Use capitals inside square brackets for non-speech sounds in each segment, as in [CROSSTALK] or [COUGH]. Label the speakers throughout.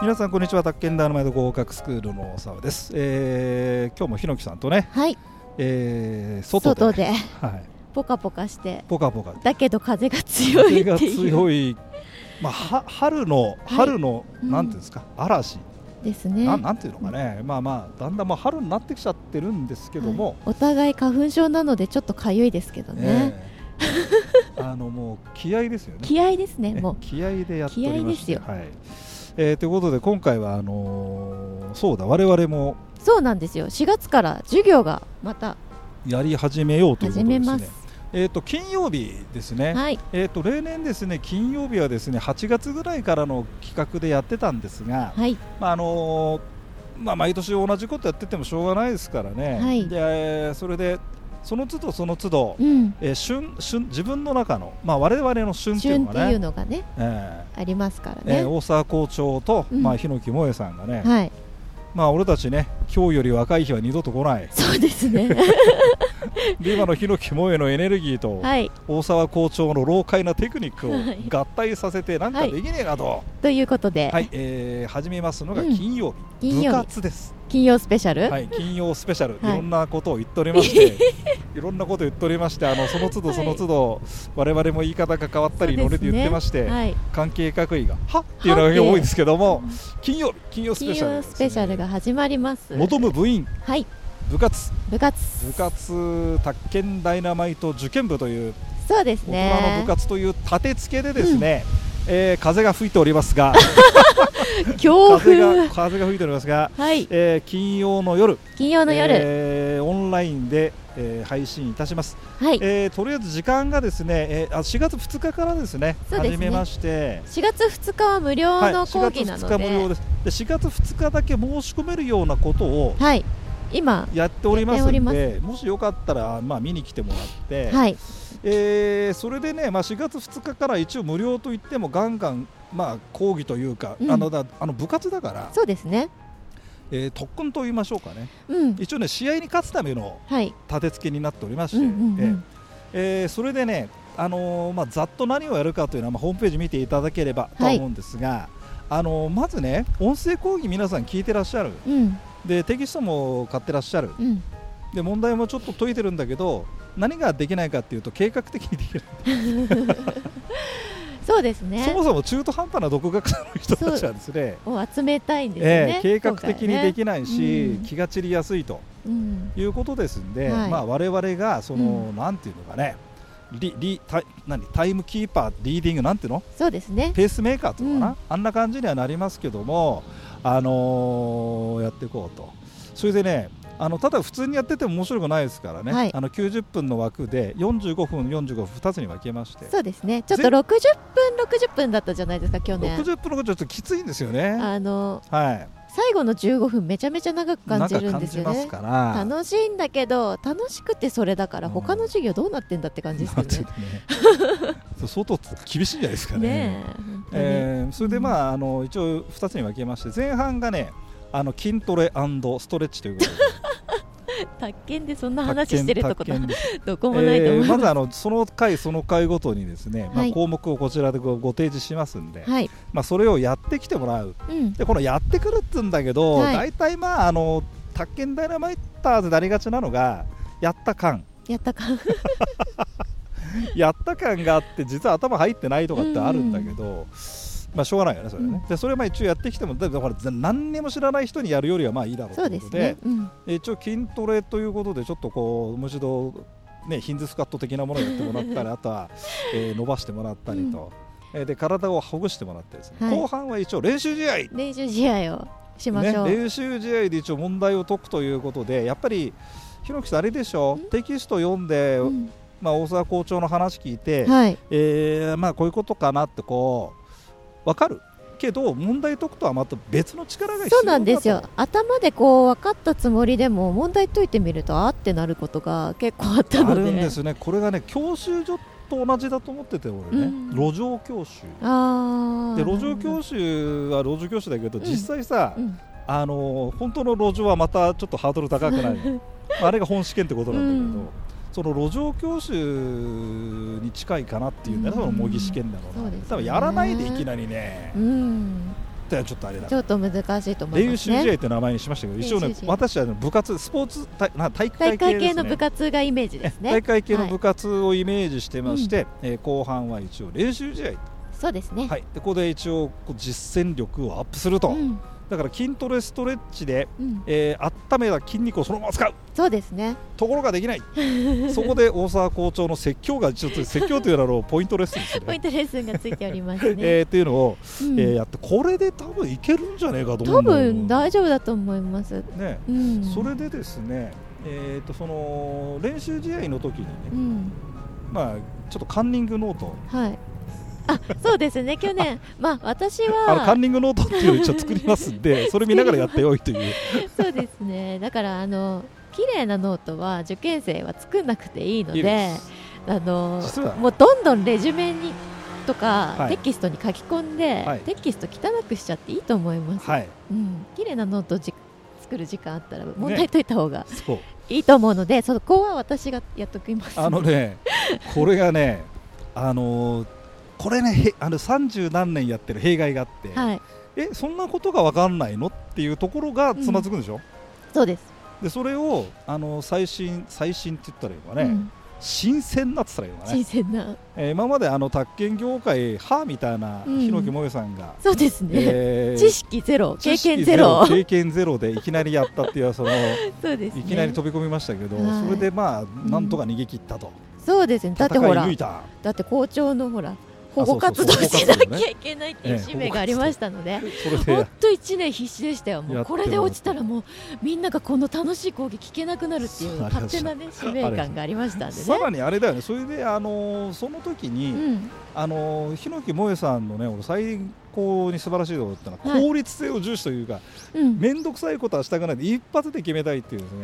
Speaker 1: 皆さんこんにちは宅建ダーの前の合格スクールの澤です、えー、今日もひのきさんとね、
Speaker 2: はい、
Speaker 1: えー、外で
Speaker 2: 外で
Speaker 1: はい、
Speaker 2: ポカポカして、
Speaker 1: ポカポカ
Speaker 2: だけど風が強い
Speaker 1: [LAUGHS] 風
Speaker 2: ってい
Speaker 1: が
Speaker 2: う。
Speaker 1: 強いまあは春の春の、
Speaker 2: うん
Speaker 1: なんていうんですか嵐、
Speaker 2: ですね。
Speaker 1: なんなんていうのかねまあまあだんだんもう春になってきちゃってるんですけども、
Speaker 2: はいお互い花粉症なのでちょっとかゆいですけどね。
Speaker 1: えーあのもう気合ですよね
Speaker 2: 気合ですね、
Speaker 1: ね
Speaker 2: も
Speaker 1: 気合でやっておりまし
Speaker 2: 気
Speaker 1: て
Speaker 2: 合です
Speaker 1: はいえーということで今回はあのーそうだ我々も
Speaker 2: う。そうなんですよ。4月から授業がまた
Speaker 1: やり始めようというこ
Speaker 2: 始
Speaker 1: とで
Speaker 2: め
Speaker 1: す
Speaker 2: ます。
Speaker 1: ね。えっ、と金曜日ですね。
Speaker 2: はい、
Speaker 1: えっ、と例年ですね金曜日はですね8月ぐらいからの企画でやってたんですが、
Speaker 2: はい、
Speaker 1: まああのーまあ毎年同じことやっててもしょうがないですからね。
Speaker 2: はい
Speaker 1: でえーそれでその都度その都度、
Speaker 2: うん。
Speaker 1: えー旬旬自分の中のまあ我々の旬っていう
Speaker 2: 旬
Speaker 1: の
Speaker 2: って
Speaker 1: が
Speaker 2: い
Speaker 1: ね。
Speaker 2: うのがね、
Speaker 1: えー
Speaker 2: ありますから
Speaker 1: え
Speaker 2: ね。
Speaker 1: ー大沢校長と、
Speaker 2: うん
Speaker 1: まあ、日野木萌さんがね、
Speaker 2: はい、
Speaker 1: まあ、俺たちね今日より若い日は二度と来ない
Speaker 2: そうで
Speaker 1: [LAUGHS]
Speaker 2: すね。
Speaker 1: で今の日野木萌のエネルギーと、
Speaker 2: はい、
Speaker 1: 大沢校長の老快なテクニック
Speaker 2: はい
Speaker 1: を合体させてなんかできねえかと、はい
Speaker 2: ということで、
Speaker 1: えー始めますのが
Speaker 2: うん
Speaker 1: 金曜日、
Speaker 2: 金
Speaker 1: 部
Speaker 2: 曜日
Speaker 1: 活です、
Speaker 2: 金曜スペシャル。
Speaker 1: はい、金曜スペシャル、
Speaker 2: はい
Speaker 1: い、ろんなことを言っておりまして
Speaker 2: [LAUGHS]
Speaker 1: いろんなこと言っておりましてあのその都度
Speaker 2: はい
Speaker 1: その都度、我々も言い方が変わったり
Speaker 2: そう
Speaker 1: ノリ
Speaker 2: です
Speaker 1: で
Speaker 2: ね
Speaker 1: 言ってまして、
Speaker 2: はい、
Speaker 1: 関係各位がはっていうのが多いですけども金曜日金曜スペ
Speaker 2: 金
Speaker 1: シャル
Speaker 2: 曜
Speaker 1: ですね
Speaker 2: スペシャルが始まります。
Speaker 1: 求む部員
Speaker 2: はい、
Speaker 1: 部活
Speaker 2: 部活。
Speaker 1: 部活宅建ダイナマイト受験部という
Speaker 2: そうですね。
Speaker 1: 大人の部活という立て付けでですね、えー風が吹いております
Speaker 2: [LAUGHS]
Speaker 1: が
Speaker 2: 強
Speaker 1: 風が
Speaker 2: 風。
Speaker 1: 風が吹いておりますが、
Speaker 2: はい、
Speaker 1: えー金曜の夜
Speaker 2: 金曜の夜、
Speaker 1: えーオンラインで、えー配信いたします、
Speaker 2: はい、
Speaker 1: えーとりあえず時間がですね、えーあ4月2日からですね
Speaker 2: そうです
Speaker 1: 始
Speaker 2: ね
Speaker 1: めまして
Speaker 2: 4月2日は無料
Speaker 1: はい
Speaker 2: の講義な
Speaker 1: 4月2日
Speaker 2: ので、
Speaker 1: 無料
Speaker 2: はい
Speaker 1: ですで4月2日だけ申し込めるようなことを
Speaker 2: 今、
Speaker 1: やっておりますので
Speaker 2: やって
Speaker 1: もしよかったら、まあ、見に来てもらって、
Speaker 2: はい、
Speaker 1: えーそれでね、まあ、4月2日から一応無料といってもガンガン、まあ、講義というか、
Speaker 2: うん
Speaker 1: あのだあの部活だから、
Speaker 2: そうですね、
Speaker 1: えー特訓と言いましょうかね
Speaker 2: うん、
Speaker 1: 一応ね試合に勝つための
Speaker 2: はい、
Speaker 1: 立て付けになっておりまして、
Speaker 2: うんうんうん、
Speaker 1: えーそれでね、あのーまあ、ざっと何をやるかというのは、まあ、ホームページ見ていただければとは思うんですが、あのーまずね音声講義皆さん聞いてらっしゃる
Speaker 2: うん、
Speaker 1: でテキストも買ってらっしゃる
Speaker 2: うん、
Speaker 1: で問題もちょっと解いてるんだけど何ができないかっていうと計画的にできない
Speaker 2: そうですね
Speaker 1: そもそも中途半端な独学者の人たちはですね
Speaker 2: を集めたいんですよ
Speaker 1: え
Speaker 2: ね
Speaker 1: え、計画的にで
Speaker 2: る、
Speaker 1: きないし、
Speaker 2: うん
Speaker 1: 気が散りやすいと
Speaker 2: うん、
Speaker 1: いうことですんで、
Speaker 2: はい
Speaker 1: まあ、我々がその、
Speaker 2: う
Speaker 1: なんていうのかねリリタイ何タイムキーパーリーディングなんていうの
Speaker 2: そうですね、
Speaker 1: ペースメーカーっていうのかな、
Speaker 2: うん
Speaker 1: あんな感じにはなりますけども、あのーやっていこうとそれでねあのただ普通にやってても面白くないですからね、
Speaker 2: はい
Speaker 1: あの90分の枠で45分45分2つに分けまして
Speaker 2: そうですね、ちょっと60分、60分だったじゃないですか、去年、
Speaker 1: 60分のがちょっときついんですよね。
Speaker 2: あの
Speaker 1: はい、
Speaker 2: 最後の15分、めちゃめちゃ長く感じるんですよ
Speaker 1: なんか感じます
Speaker 2: ね。
Speaker 1: から
Speaker 2: 楽しいんだけど楽しくてそれだから
Speaker 1: うん
Speaker 2: 他の授業どうなってんだって感じです
Speaker 1: なん
Speaker 2: け
Speaker 1: ていう
Speaker 2: ど
Speaker 1: のねそう相当厳しいんじゃないですか
Speaker 2: ね。
Speaker 1: ね。
Speaker 2: ねえ本当に
Speaker 1: えーそれでまああの一応2つに分けまして前半がねあの筋トレストレッチということで
Speaker 2: 宅建でそんな [LAUGHS] 話してるとこ
Speaker 1: 宅建です
Speaker 2: どこもないと思
Speaker 1: え
Speaker 2: い
Speaker 1: ーま
Speaker 2: ま
Speaker 1: ずあのその回その回ごとにですね、ま
Speaker 2: は
Speaker 1: あ、
Speaker 2: い
Speaker 1: 項目をこちらでごご提示しますんで、
Speaker 2: す。はい、
Speaker 1: まあ、それをやってきてもらう
Speaker 2: うん、
Speaker 1: でこのやってくるって言うんだけど、
Speaker 2: はい
Speaker 1: 大体まああの宅建ダイナマイターズでありがちなのがやった感
Speaker 2: やったか。
Speaker 1: やった感があって実は頭入ってないとかってあるんだけど、まあしょうがないよねそれはね、でそれはまあ一応やってきてもだだからぜ何にも知らない人にやるよりはまあいいだろうと
Speaker 2: そ
Speaker 1: いううこ
Speaker 2: で
Speaker 1: と
Speaker 2: す
Speaker 1: で
Speaker 2: ね。うん、
Speaker 1: 一応筋トレということでちょっとこうむしろねヒンズスカット的なものをやってもらった
Speaker 2: [LAUGHS]
Speaker 1: りあとは、えー伸ばしてもらったりと、えーで体をほぐしてもらってですね、
Speaker 2: はい
Speaker 1: 後半は一応練習試合
Speaker 2: 練習試合をしましょう。
Speaker 1: ね、練習試合で一応問題を解くということでやっぱりひろきさんあれでしょ
Speaker 2: ん
Speaker 1: テキスト読んで、
Speaker 2: うん
Speaker 1: まあ、大沢校長の話聞いて、
Speaker 2: はい、
Speaker 1: えーまあこういうことかなってこうわかるけど問題解くとはまた別の力が必要だと
Speaker 2: そうなんですよ。頭でこう分かったつもりでも問題解いてみるとあーってなることが結構あった
Speaker 1: あ
Speaker 2: ので。
Speaker 1: るんですねこれがね教習所と同じだと思ってて俺ね、
Speaker 2: うん
Speaker 1: 路上教習
Speaker 2: あ
Speaker 1: で
Speaker 2: ー
Speaker 1: 路上教習は路上教習だけど、
Speaker 2: うん
Speaker 1: 実際さ、
Speaker 2: うん
Speaker 1: あの本当の路上はまたちょっとハードル高く
Speaker 2: [LAUGHS]
Speaker 1: ないあれが本試験ってことなんだけど、
Speaker 2: うん
Speaker 1: その路上教習に近いかなっていうね、
Speaker 2: うん
Speaker 1: その模擬試験だろうな
Speaker 2: そうですね
Speaker 1: 多分やらないでいきなりね、
Speaker 2: うん、
Speaker 1: ってはちょっとあれだ
Speaker 2: ちょっと難しいと思い
Speaker 1: 練
Speaker 2: ます
Speaker 1: 習
Speaker 2: ね
Speaker 1: 試合って名前にしましたけど一応
Speaker 2: 練
Speaker 1: ね
Speaker 2: 習試合
Speaker 1: 私はね部活スポーツ体な体育
Speaker 2: 大
Speaker 1: 会系
Speaker 2: 会
Speaker 1: で
Speaker 2: 系
Speaker 1: すね
Speaker 2: の部活がイメージです
Speaker 1: え大
Speaker 2: ね
Speaker 1: 会系の部活をイメージしてまして、えー後半は一応練習試合、
Speaker 2: そうですね、
Speaker 1: はい、でここで一応こう実践力をアップすると、
Speaker 2: うん
Speaker 1: だから筋トレストレッチで、
Speaker 2: うん、
Speaker 1: えー温めた筋肉をそのまま使う
Speaker 2: そうですね
Speaker 1: ところができ
Speaker 2: [LAUGHS]
Speaker 1: ないそこで大沢校長の説教がちょっと説教というだろうポイントレッスンです
Speaker 2: ポイ
Speaker 1: ね
Speaker 2: ン。トレッスンがついておりますね、
Speaker 1: [LAUGHS] えー、っていうのを、
Speaker 2: うん
Speaker 1: えーやってこれで多分いけるんじゃねえかと思
Speaker 2: 多
Speaker 1: うんだよ
Speaker 2: 分大丈夫だと思います、
Speaker 1: ね、
Speaker 2: うん、
Speaker 1: それでですね、えー、とその練習試合の時にね、
Speaker 2: うん
Speaker 1: まあ、ちょっとカンニングノート
Speaker 2: はいあそうですね去年まあ私
Speaker 1: あのカ
Speaker 2: は
Speaker 1: ンニングノートっていうのを一応作りますん
Speaker 2: [LAUGHS]
Speaker 1: でそれ見ながらやってよいという
Speaker 2: そうですねだからあの綺麗なノートは受験生は作んなくていいので
Speaker 1: いいです
Speaker 2: あの
Speaker 1: 実は
Speaker 2: もうどんどんレジュメにとか、
Speaker 1: はい
Speaker 2: テキストに書き込んで、
Speaker 1: はい
Speaker 2: テキスト汚くしちゃっていいと思います、
Speaker 1: はい
Speaker 2: うん、綺麗なノートじ作る時間あったら問題解いた方が
Speaker 1: そう
Speaker 2: いいと思うので、そこは私がやっときます
Speaker 1: あのねこれがねあのーこれねへあの30何年やってる弊害があって、
Speaker 2: はい
Speaker 1: えそんなことが分かんないのっていうところがつまずくんでしょ、
Speaker 2: そうです、
Speaker 1: でそれをあの最新最新って言ったらいいのかね、
Speaker 2: うん
Speaker 1: 新鮮なって言ったらいいのかね
Speaker 2: 新鮮な
Speaker 1: えー今まであの宅建業界歯みたいな
Speaker 2: うん
Speaker 1: 日野木もよさん
Speaker 2: [LAUGHS]
Speaker 1: が、
Speaker 2: そうですね、
Speaker 1: えー
Speaker 2: 知識ゼロ経
Speaker 1: 知識
Speaker 2: 験ゼロ
Speaker 1: 経験ゼロでいきなりやった
Speaker 2: [LAUGHS]
Speaker 1: っていうその
Speaker 2: そうですね
Speaker 1: いきなり飛び込みましたけど、
Speaker 2: はい
Speaker 1: それでまあなんとか逃げ切ったと、
Speaker 2: そうですねだってほら
Speaker 1: 戦い抜いた
Speaker 2: だって校長のほら
Speaker 1: そ
Speaker 2: 保
Speaker 1: うそう
Speaker 2: 護活動
Speaker 1: 保護活
Speaker 2: し
Speaker 1: 動
Speaker 2: な
Speaker 1: ね
Speaker 2: きゃいけないっていう使命がありましたので
Speaker 1: それ
Speaker 2: 本
Speaker 1: で
Speaker 2: 当1年必死でしたよも
Speaker 1: や
Speaker 2: う
Speaker 1: って
Speaker 2: これで落ちたらもうみんながこの楽しい講義聞けなくなるってい
Speaker 1: そううありま
Speaker 2: 勝
Speaker 1: し
Speaker 2: 手
Speaker 1: た
Speaker 2: なね使命感がありましたんで
Speaker 1: さ
Speaker 2: ね
Speaker 1: らにあれだよねそれであのーその時
Speaker 2: う
Speaker 1: に、
Speaker 2: ん
Speaker 1: あのー日野木もえさんのね俺最高に素晴らしいところってのは、
Speaker 2: はい
Speaker 1: 効率性を重視というか
Speaker 2: うん
Speaker 1: 面倒くさいことはしたくないで一発で決めたいっていうですね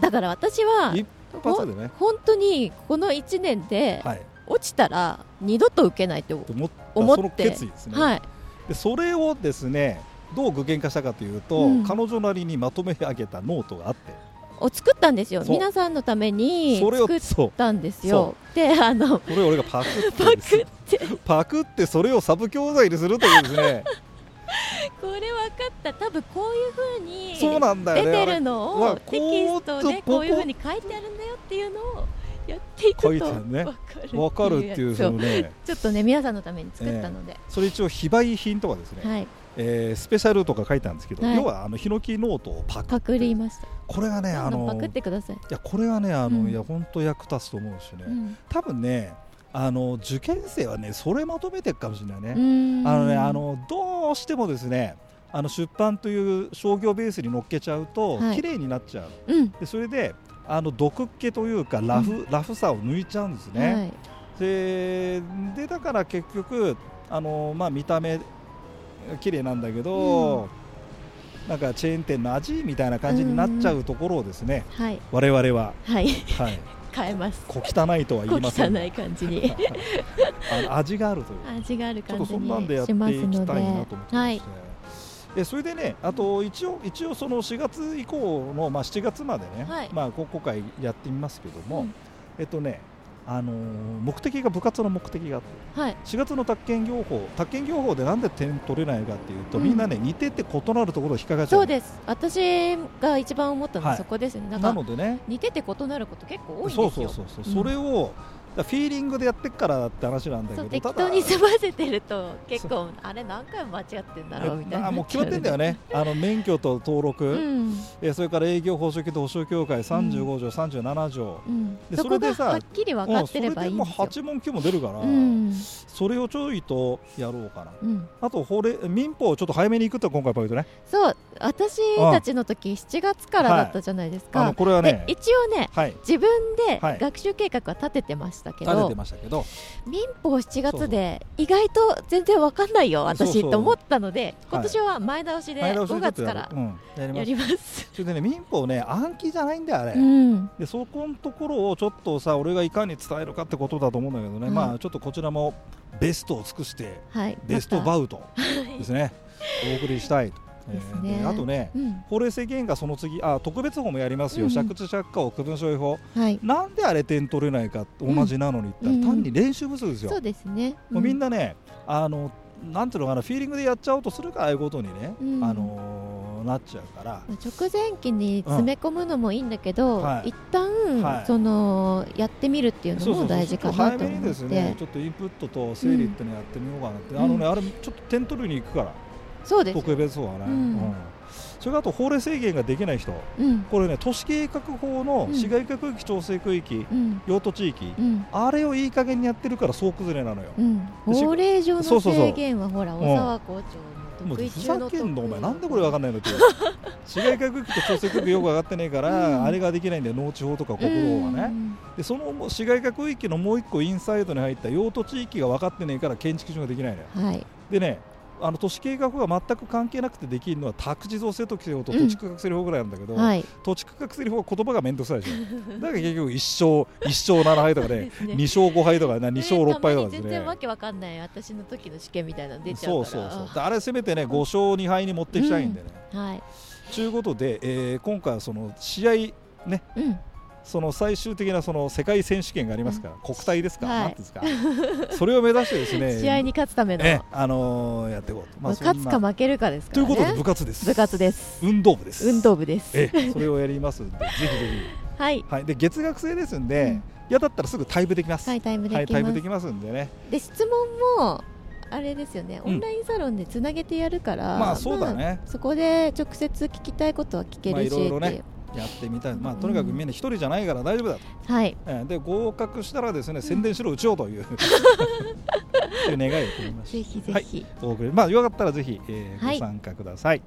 Speaker 2: だから私は
Speaker 1: 一発でね
Speaker 2: ほ本当にこの1年で
Speaker 1: はい
Speaker 2: 落ちたら二度と受けないって
Speaker 1: と思った
Speaker 2: 思
Speaker 1: その
Speaker 2: って
Speaker 1: 決意ですね、
Speaker 2: はい
Speaker 1: でそれをですねどう具現化したかというと、
Speaker 2: うん
Speaker 1: 彼女なりにまとめ上げたノートがあって、
Speaker 2: を作ったんですよ
Speaker 1: そう
Speaker 2: 皆さんのために
Speaker 1: それを
Speaker 2: 作っ
Speaker 1: そう
Speaker 2: たんですよで
Speaker 1: [LAUGHS]
Speaker 2: あの
Speaker 1: これを俺がパクって
Speaker 2: [LAUGHS] パクっ
Speaker 1: です
Speaker 2: て
Speaker 1: パクってそれをサブ教材にするというですね
Speaker 2: これ分かった多分こう [LAUGHS] いうふうに
Speaker 1: そうなんだよ
Speaker 2: 出
Speaker 1: ね
Speaker 2: て
Speaker 1: あ
Speaker 2: る
Speaker 1: れ
Speaker 2: の
Speaker 1: ま
Speaker 2: を
Speaker 1: あ
Speaker 2: テキストで
Speaker 1: こう
Speaker 2: こういうふうに書いてあるんだよっていうのをやっていくと
Speaker 1: 書いてあるねわ
Speaker 2: 分
Speaker 1: か
Speaker 2: かる
Speaker 1: るっていうそのね
Speaker 2: ちょっとね皆さんのために作ったので、
Speaker 1: それ一応非売品とかですね、
Speaker 2: はい
Speaker 1: えースペシャルとか書いてあるんですけど、
Speaker 2: はい
Speaker 1: 要はあのヒノキノートをパク
Speaker 2: パクりました
Speaker 1: これがねあ
Speaker 2: どんどんパ
Speaker 1: の
Speaker 2: クっ
Speaker 1: い
Speaker 2: てください、
Speaker 1: やこれはねあの、
Speaker 2: うん
Speaker 1: いや本当役立つと思うしね、
Speaker 2: うん
Speaker 1: 多分ねあの受験生はねそれまとめてるかもしれないね、
Speaker 2: うん
Speaker 1: あのね、あのどうしてもですねあの出版という商業ベースに乗っけちゃうと、
Speaker 2: はい
Speaker 1: 綺麗になっちゃう
Speaker 2: うん
Speaker 1: でそれであの毒っ気というかラフ,、ラフさを抜いちゃうんですね、
Speaker 2: はい
Speaker 1: ででだから結局あの、まあ、見た目綺麗なんだけど、なんかチェーン店の味みたいな感じになっちゃうところをですね、
Speaker 2: はい
Speaker 1: 我々は、
Speaker 2: はい
Speaker 1: はい、
Speaker 2: 変えます
Speaker 1: 小汚いとは
Speaker 2: 小
Speaker 1: 言いません
Speaker 2: 汚
Speaker 1: が
Speaker 2: い感じに
Speaker 1: [LAUGHS] あの味があるという
Speaker 2: 味がある
Speaker 1: ちょっ
Speaker 2: 感
Speaker 1: と
Speaker 2: じ
Speaker 1: そんなんでやっ
Speaker 2: に
Speaker 1: て
Speaker 2: し
Speaker 1: い
Speaker 2: ます
Speaker 1: き
Speaker 2: ので
Speaker 1: たいなと思ってま
Speaker 2: は
Speaker 1: し
Speaker 2: い
Speaker 1: て、えそれでね、あと一応、一応その4月以降の、まあ、7月までね、
Speaker 2: はい
Speaker 1: まあ、こ今回やってみますけども、
Speaker 2: うん
Speaker 1: えっとね、あのー目的が部活の目的があって
Speaker 2: はい
Speaker 1: 4月の宅建業法宅建業法でなんで点取れないかっていうと、
Speaker 2: うん
Speaker 1: みんなね似てって異なるところを引っかかっちゃう
Speaker 2: そうです私が一番思ったの
Speaker 1: は
Speaker 2: はいそこですね、な
Speaker 1: なん
Speaker 2: か
Speaker 1: のでね
Speaker 2: 似てて異なること結構多いんです
Speaker 1: そ
Speaker 2: よ
Speaker 1: うそうそうそう、
Speaker 2: うん
Speaker 1: それをだからフィーリングでやってっからって話なんだけ
Speaker 2: そう
Speaker 1: ど
Speaker 2: 適
Speaker 1: た
Speaker 2: 当
Speaker 1: だ
Speaker 2: に済ませてると結構あれ何回も間違ってんだろうみたいな
Speaker 1: あもう決まってんだよ
Speaker 2: ね、
Speaker 1: ねあの免許と登録、
Speaker 2: うん
Speaker 1: えーそれから営業報酬機と保証協会35条、37条
Speaker 2: うん、
Speaker 1: で
Speaker 2: そ
Speaker 1: そ
Speaker 2: こ
Speaker 1: れ
Speaker 2: が
Speaker 1: でさ
Speaker 2: はっきり分かってればいいんで
Speaker 1: うん
Speaker 2: す
Speaker 1: そ
Speaker 2: よ
Speaker 1: れでもう8問9問出るから、
Speaker 2: うん
Speaker 1: それをちょいとやろうかな
Speaker 2: うん、
Speaker 1: あと法令民法をちょっと早めに行くって今回ポイントね
Speaker 2: そう私たちの時7月からだったじゃないですか、
Speaker 1: あのこれはね
Speaker 2: で一応ね
Speaker 1: はい
Speaker 2: 自分で
Speaker 1: はい
Speaker 2: 学習計画は立ててましたけど、
Speaker 1: 立ててましたけど
Speaker 2: 民法7月で意外と全然分かんないよ私
Speaker 1: そうそう
Speaker 2: と思ったので今
Speaker 1: はい
Speaker 2: 年は前倒しで
Speaker 1: 前倒しで
Speaker 2: 5
Speaker 1: ちょっと
Speaker 2: 月
Speaker 1: や
Speaker 2: か
Speaker 1: る
Speaker 2: ら
Speaker 1: うん、やり
Speaker 2: や
Speaker 1: ます
Speaker 2: ります。
Speaker 1: それでね民法ね暗記じゃないんだよあれ、
Speaker 2: うん
Speaker 1: でそこのところをちょっとさ俺がいかに伝えるかってことだと思うんだけどね、
Speaker 2: はい
Speaker 1: まあちょっとこちらもベストを尽くして
Speaker 2: はい、
Speaker 1: ベスト
Speaker 2: ウ、
Speaker 1: バウトですね、お送りしたいと、
Speaker 2: ですね
Speaker 1: であとね
Speaker 2: うん
Speaker 1: 法令制限がその次あ特別法もやりますよ、
Speaker 2: うんうん
Speaker 1: 借地借家を区分所有法
Speaker 2: はい、
Speaker 1: なんであれ点取れないか同じなのにって、
Speaker 2: うん
Speaker 1: 単に練習不足ですよ、
Speaker 2: そうですね、
Speaker 1: もうみん
Speaker 2: な
Speaker 1: なねあのなんていうのかなフィーリングでやっちゃおうとするからああいうことにね、
Speaker 2: うん
Speaker 1: あのーなっちゃうから、
Speaker 2: 直前期に詰め込むのもいいんだけど、
Speaker 1: うんはい
Speaker 2: 一旦、
Speaker 1: はい
Speaker 2: そのやってみるっていうのも大事かなと
Speaker 1: ちょっ早めに
Speaker 2: 思
Speaker 1: で
Speaker 2: っ
Speaker 1: すね
Speaker 2: て
Speaker 1: ちょっとインプットと整理ってのやってみようかなって、あのねあれちょっと点取りに行くから
Speaker 2: そうです
Speaker 1: 特別法はね、
Speaker 2: うん
Speaker 1: それからあと法令制限ができない人
Speaker 2: うん
Speaker 1: これね都市計画法の
Speaker 2: うん
Speaker 1: 市街化区域調整区域、
Speaker 2: うん
Speaker 1: 用途地域、
Speaker 2: うん
Speaker 1: あれをいい加減にやってるから総崩れなのよ、
Speaker 2: うん法令上の
Speaker 1: そうそうそう
Speaker 2: 制限はほら小沢校長
Speaker 1: も
Speaker 2: の
Speaker 1: う
Speaker 2: 得
Speaker 1: ふ
Speaker 2: 意中
Speaker 1: ざ
Speaker 2: の
Speaker 1: け
Speaker 2: 得
Speaker 1: んのお前なんでこれ分か
Speaker 2: ん
Speaker 1: んないのって
Speaker 2: [LAUGHS]
Speaker 1: 市街化区域と調整区域よく分かってねえから、
Speaker 2: うん
Speaker 1: あれができないんだよ農地法とか国道はね、でその市街化区域のもう一個インサイドに入った用途地域が分かってねえから建築基準ができないのよ
Speaker 2: はい
Speaker 1: でねあの都市計画が全く関係なくてできるのは宅地造成特性法と土地区画整理法ぐらいなんだけど、
Speaker 2: はい
Speaker 1: 土地区画整理法は言葉が面倒くさいでし
Speaker 2: [LAUGHS]
Speaker 1: ょだから結局1勝1勝7敗とかね
Speaker 2: ですね
Speaker 1: 2勝5敗とかな2勝6敗とかで
Speaker 2: ねたまに
Speaker 1: す
Speaker 2: 全然
Speaker 1: ね
Speaker 2: わけわかんない私の時の試験みたいなの出ちゃ
Speaker 1: そうう
Speaker 2: から
Speaker 1: そうそうであれせめてね5勝2敗に持ってきたいんでね、
Speaker 2: はい
Speaker 1: ということで、えー今回はその試合
Speaker 2: うん
Speaker 1: その最終的なその世界選手権がありますから、国体ですか、
Speaker 2: はい
Speaker 1: なんていうんですかそれを目指してですね
Speaker 2: 試合に勝つための
Speaker 1: ええあのーやっていこうと、まあ、
Speaker 2: 勝つ
Speaker 1: そ
Speaker 2: か
Speaker 1: んな
Speaker 2: 負けるかですか
Speaker 1: という
Speaker 2: ら
Speaker 1: ことで
Speaker 2: ね
Speaker 1: 部活です
Speaker 2: 部活です
Speaker 1: 運動部です
Speaker 2: 運動部です
Speaker 1: ええそれをやりますんでぜひぜ
Speaker 2: はい
Speaker 1: ひ、はい、で月額制ですん
Speaker 2: う
Speaker 1: で
Speaker 2: ん、
Speaker 1: いやだったらすぐ退部できます、
Speaker 2: はいタイム
Speaker 1: は
Speaker 2: で
Speaker 1: い、
Speaker 2: き
Speaker 1: 退部
Speaker 2: ます
Speaker 1: できますんでね
Speaker 2: で質問もあれですよねオンラインサロンでつなげてやるから、
Speaker 1: まあそうだね
Speaker 2: まあそこで直接聞きたいことは聞けるし
Speaker 1: まあいろいろね
Speaker 2: っていう
Speaker 1: やってみたい、まあ、とにかくみんな一人じゃないから大丈夫だと、
Speaker 2: はい
Speaker 1: ええで合格したらですね宣伝しろ打ちようと
Speaker 2: [LAUGHS]
Speaker 1: いうという願いを込めました
Speaker 2: ぜひぜひ、
Speaker 1: はいお送りまあよかったらぜひ、えー
Speaker 2: はい
Speaker 1: ご参加ください